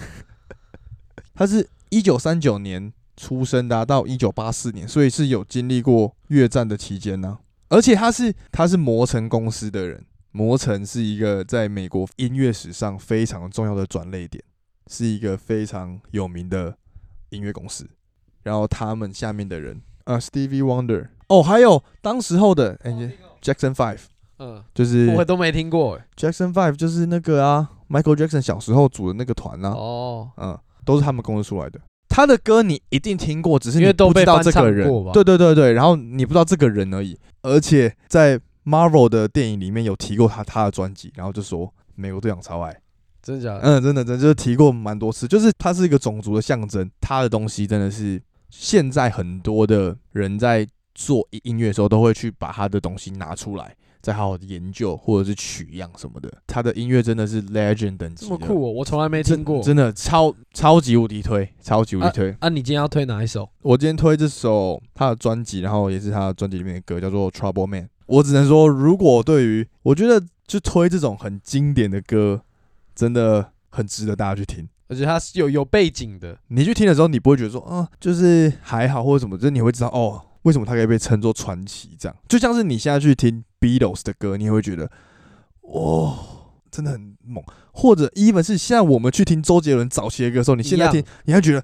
Speaker 1: 他是一九三九年出生的啊、到一九八四年，所以是有经历过越战的期间呢、而且他是他是磨城公司的人，磨城是一个在美国音乐史上非常重要的转类点，是一个非常有名的音乐公司。然后他们下面的人，呃，Stevie Wonder，哦，还有当时候的、哎 Jackson Five，
Speaker 2: 嗯，
Speaker 1: 就是
Speaker 2: 我都没听过、欸。
Speaker 1: Jackson Five 就是那个啊，Michael Jackson 小时候组的那个团啊，
Speaker 2: 哦，
Speaker 1: 嗯，都是他们公司出来的。他的歌你一定听过，只是
Speaker 2: 因
Speaker 1: 你
Speaker 2: 为都
Speaker 1: 不知
Speaker 2: 被
Speaker 1: 道
Speaker 2: 翻
Speaker 1: 这个
Speaker 2: 唱
Speaker 1: 人
Speaker 2: 过吧，
Speaker 1: 对对对对，然后你不知道这个人而已。而且在 Marvel 的电影里面有提过他他的专辑，然后就说美国队长超爱，
Speaker 2: 真的假的？
Speaker 1: 嗯，真的真的就是提过蛮多次，就是他是一个种族的象征，他的东西真的是现在很多的人在做音乐的时候都会去把他的东西拿出来，再好好地研究或者是取样什么的。他的音乐真的是 legend 等级
Speaker 2: 这
Speaker 1: 的，
Speaker 2: 么酷、哦，我从来没
Speaker 1: 真，
Speaker 2: 听过。
Speaker 1: 啊真的超超级无敌推，超级无敌推。
Speaker 2: 啊，你今天要推哪一首？
Speaker 1: 我今天推这首他的专辑，然后也是他的专辑里面的歌，叫做《Trouble Man》。我只能说，如果对于我觉得就推这种很经典的歌，真的很值得大家去听。
Speaker 2: 而且它是有有背景的，
Speaker 1: 你去听的时候，你不会觉得说，啊、就是还好或者什么，就是你会知道哦，为什么它可以被称作传奇这样。就像是你现在去听 Beatles 的歌，你也会觉得，哦，真的很猛。或者 even 是现在我们去听周杰伦早期的歌的时候，你现在
Speaker 2: 一样
Speaker 1: 听，呃你还觉得，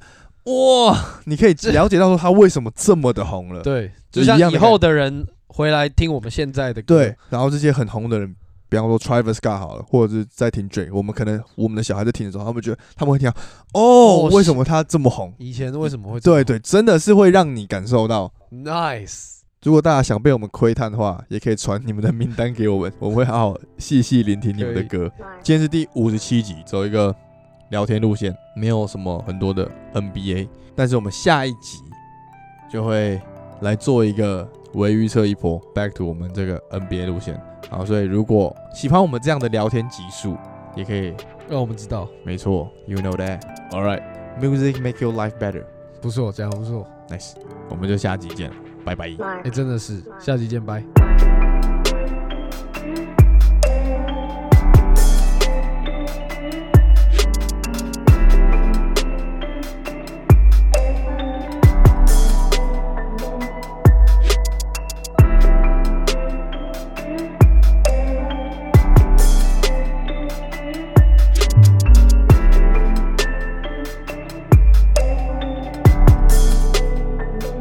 Speaker 1: 哇，你可以
Speaker 2: 这
Speaker 1: 了解到说他为什么这么的红了。
Speaker 2: 对，
Speaker 1: 就
Speaker 2: 就
Speaker 1: 一
Speaker 2: 像
Speaker 1: 样的
Speaker 2: 以
Speaker 1: 感
Speaker 2: 后的人回来听我们现在的歌，
Speaker 1: 对，然后这些很红的人，比方说 Travis Scott 好了，或者是在听 Drake，我们可能我们的小孩在听的时候，他们觉得他们会听到，哦，
Speaker 2: 哦
Speaker 1: 为
Speaker 2: 是
Speaker 1: 什么他这么红？
Speaker 2: 以前为什么会这
Speaker 1: 对
Speaker 2: 样
Speaker 1: 对，真的是会让你感受到。
Speaker 2: ？Nice，
Speaker 1: 如果大家想被我们窥探的话，也可以传你们的名单给我们，我们会好好细细聆听你们的歌。今天是第五十七集，走一个聊天路线，没有什么很多的 NBA，但是我们下一集就会来做一个微预测一波，back to 我们这个 NBA 路线。好，所以如果喜欢我们这样的聊天集数，也可以，
Speaker 2: 让我们知道。
Speaker 1: 没错，you know that。All right, music make your life better.
Speaker 2: 不错，讲得不错，
Speaker 1: Nice，我们就下集见了，拜拜。
Speaker 2: 哎、真的是，下期见，拜。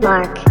Speaker 3: Mark.